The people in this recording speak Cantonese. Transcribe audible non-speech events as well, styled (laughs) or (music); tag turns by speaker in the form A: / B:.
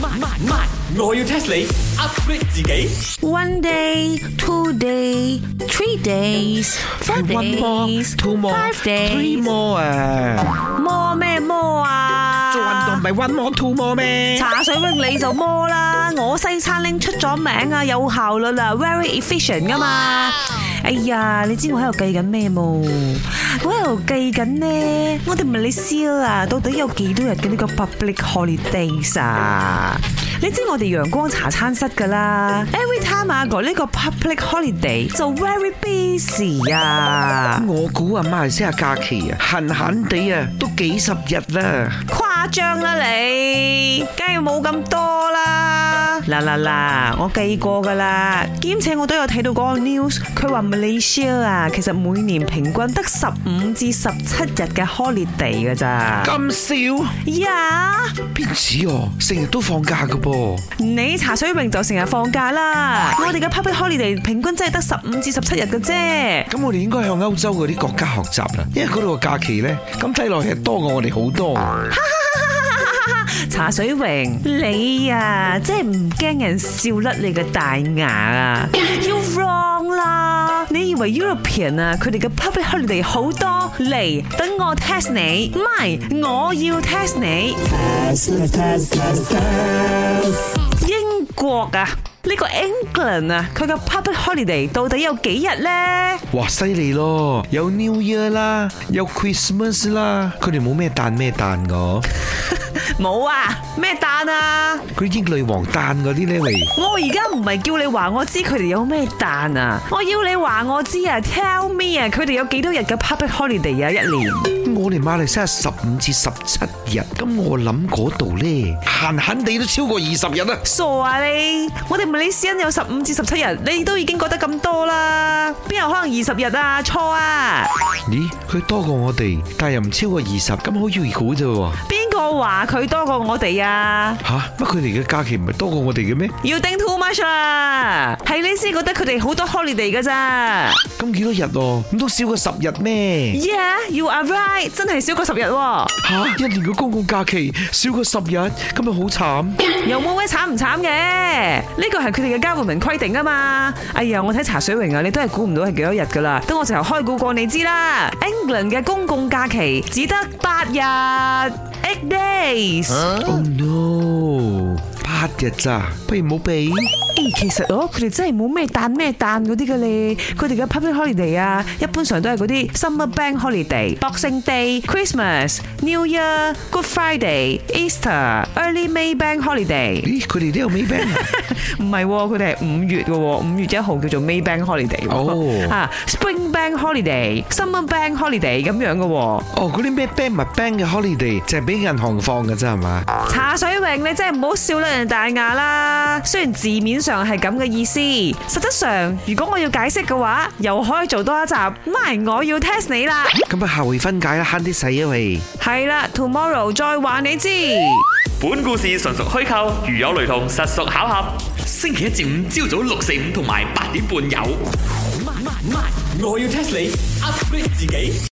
A: 慢慢慢，我要 test 你 upgrade 自己。
B: One day, two day, three days, four
C: One more,
B: days,
C: two more,
B: five
C: three
B: days。
C: more à. 啊！
B: 摸咩摸啊？
C: 做運動唔係 one more two more 咩？
B: 茶水泳你就摸啦，我西餐拎出咗名啊，有效率啊，very efficient 噶嘛。哎呀，你知我喺度計緊咩冇？我喺度計緊呢，我哋唔係你 c 啊，到底有幾多日嘅呢個 public holidays 啊？你知我哋陽光茶餐室噶啦，every time 啊，講呢個 public holiday 就 very busy 啊，
C: 我估啊，馬來西亞假期啊，閒閒地啊，都幾十日啦。
B: 誇張啦你，梗係冇咁多啦。嗱嗱嗱，我計過噶啦，兼且我都有睇到嗰個 news，佢話 Malaysia 啊，其實每年平均得十五至十七日嘅 holiday 噶咋。
C: 咁少
B: 呀
C: 邊止哦？成日都放假噶噃。
B: 你茶水榮就成日放假啦，我哋嘅 public holiday 平均真係得十五至十七日嘅啫。
C: 咁我哋應該向歐洲嗰啲國家學習啦，因為嗰度嘅假期咧，咁睇落係多過我哋好多。
B: 茶水榮，你啊，真係唔驚人笑甩你嘅大牙啊！You wrong 啦！你以為 European 啊，佢哋嘅 public holiday 好多嚟，等我 test 你，唔係，我要 test 你。英國啊，呢個 England 啊，佢嘅 public holiday 到底有幾日呢？
C: 哇，犀利咯！有 New Year 啦，有 Christmas 啦，佢哋冇咩蛋咩蛋噶。
B: 冇啊，咩蛋啊？
C: 嗰啲英女王誕嗰啲咧，喂，
B: 我而家唔係叫你話我知佢哋有咩蛋啊，我要你話我知啊，tell me 啊，佢哋有幾多日嘅 public holiday 啊？一年
C: 我哋馬來西亞十五至十七日，咁我諗嗰度咧，閒閒地都超過二十日啦。
B: 傻啊你！我哋馬來西亞有十五至十七日，你都已經覺得咁多啦，邊有可能二十日啊？錯啊！
C: 咦，佢多過我哋，但係又唔超過二十，咁好易估啫喎。
B: 邊個話佢多過我哋啊？
C: 吓，乜佢哋嘅假期唔係多過我哋嘅咩？
B: 要 think too much 啦，係你先覺得佢哋好多 holiday 噶咋
C: 咁幾多日喎、唔通少過十日咩？
B: ？Yeah，you are right，真係少過十日喎。
C: 吓、一年嘅公共假期少過十日，咁咪好慘。
B: 又冇位慘唔慘嘅？呢個係佢哋嘅交換明規定啊嘛！哎呀，我睇茶水榮啊，你都係估唔到係幾多日噶啦，等我直頭開估過你知啦。England 嘅公共假期只得八日，eight days。
C: Oh no！八日咋？不如冇俾。
B: 誒，其實哦，佢哋真係冇咩蛋咩蛋嗰啲嘅咧，佢哋嘅 public holiday 啊，一般上都係嗰啲 summer bank holiday、Boxing Day、Christmas、New Year、Good Friday、Easter、Early May bank holiday。
C: 咦，佢哋都有啊 May b a n
B: 唔係喎，佢哋係五月嘅喎，五月一號叫做 May Bank Holiday 喎
C: 哦
B: (laughs) 啊 Spring Bank Holiday、Summer Bank Holiday 咁樣嘅喎。
C: 哦，嗰啲咩 bank 唔係 bank 嘅 holiday 就係俾銀行放嘅啫，係嘛？
B: 茶水榮，你真係唔好笑甩人大牙啦。雖然字面上係咁嘅意思，實質上如果我要解釋嘅話，又可以做多一集。唔係，我要 test 你啦。
C: 咁啊，下回分解啦，慳啲使啊喂。
B: 係啦，tomorrow 再話你知。
A: 本故事純屬虛構，如有雷同，實屬巧合。星期一至五朝早六四五同埋八點半有。我要 test 你 upgrade 自己。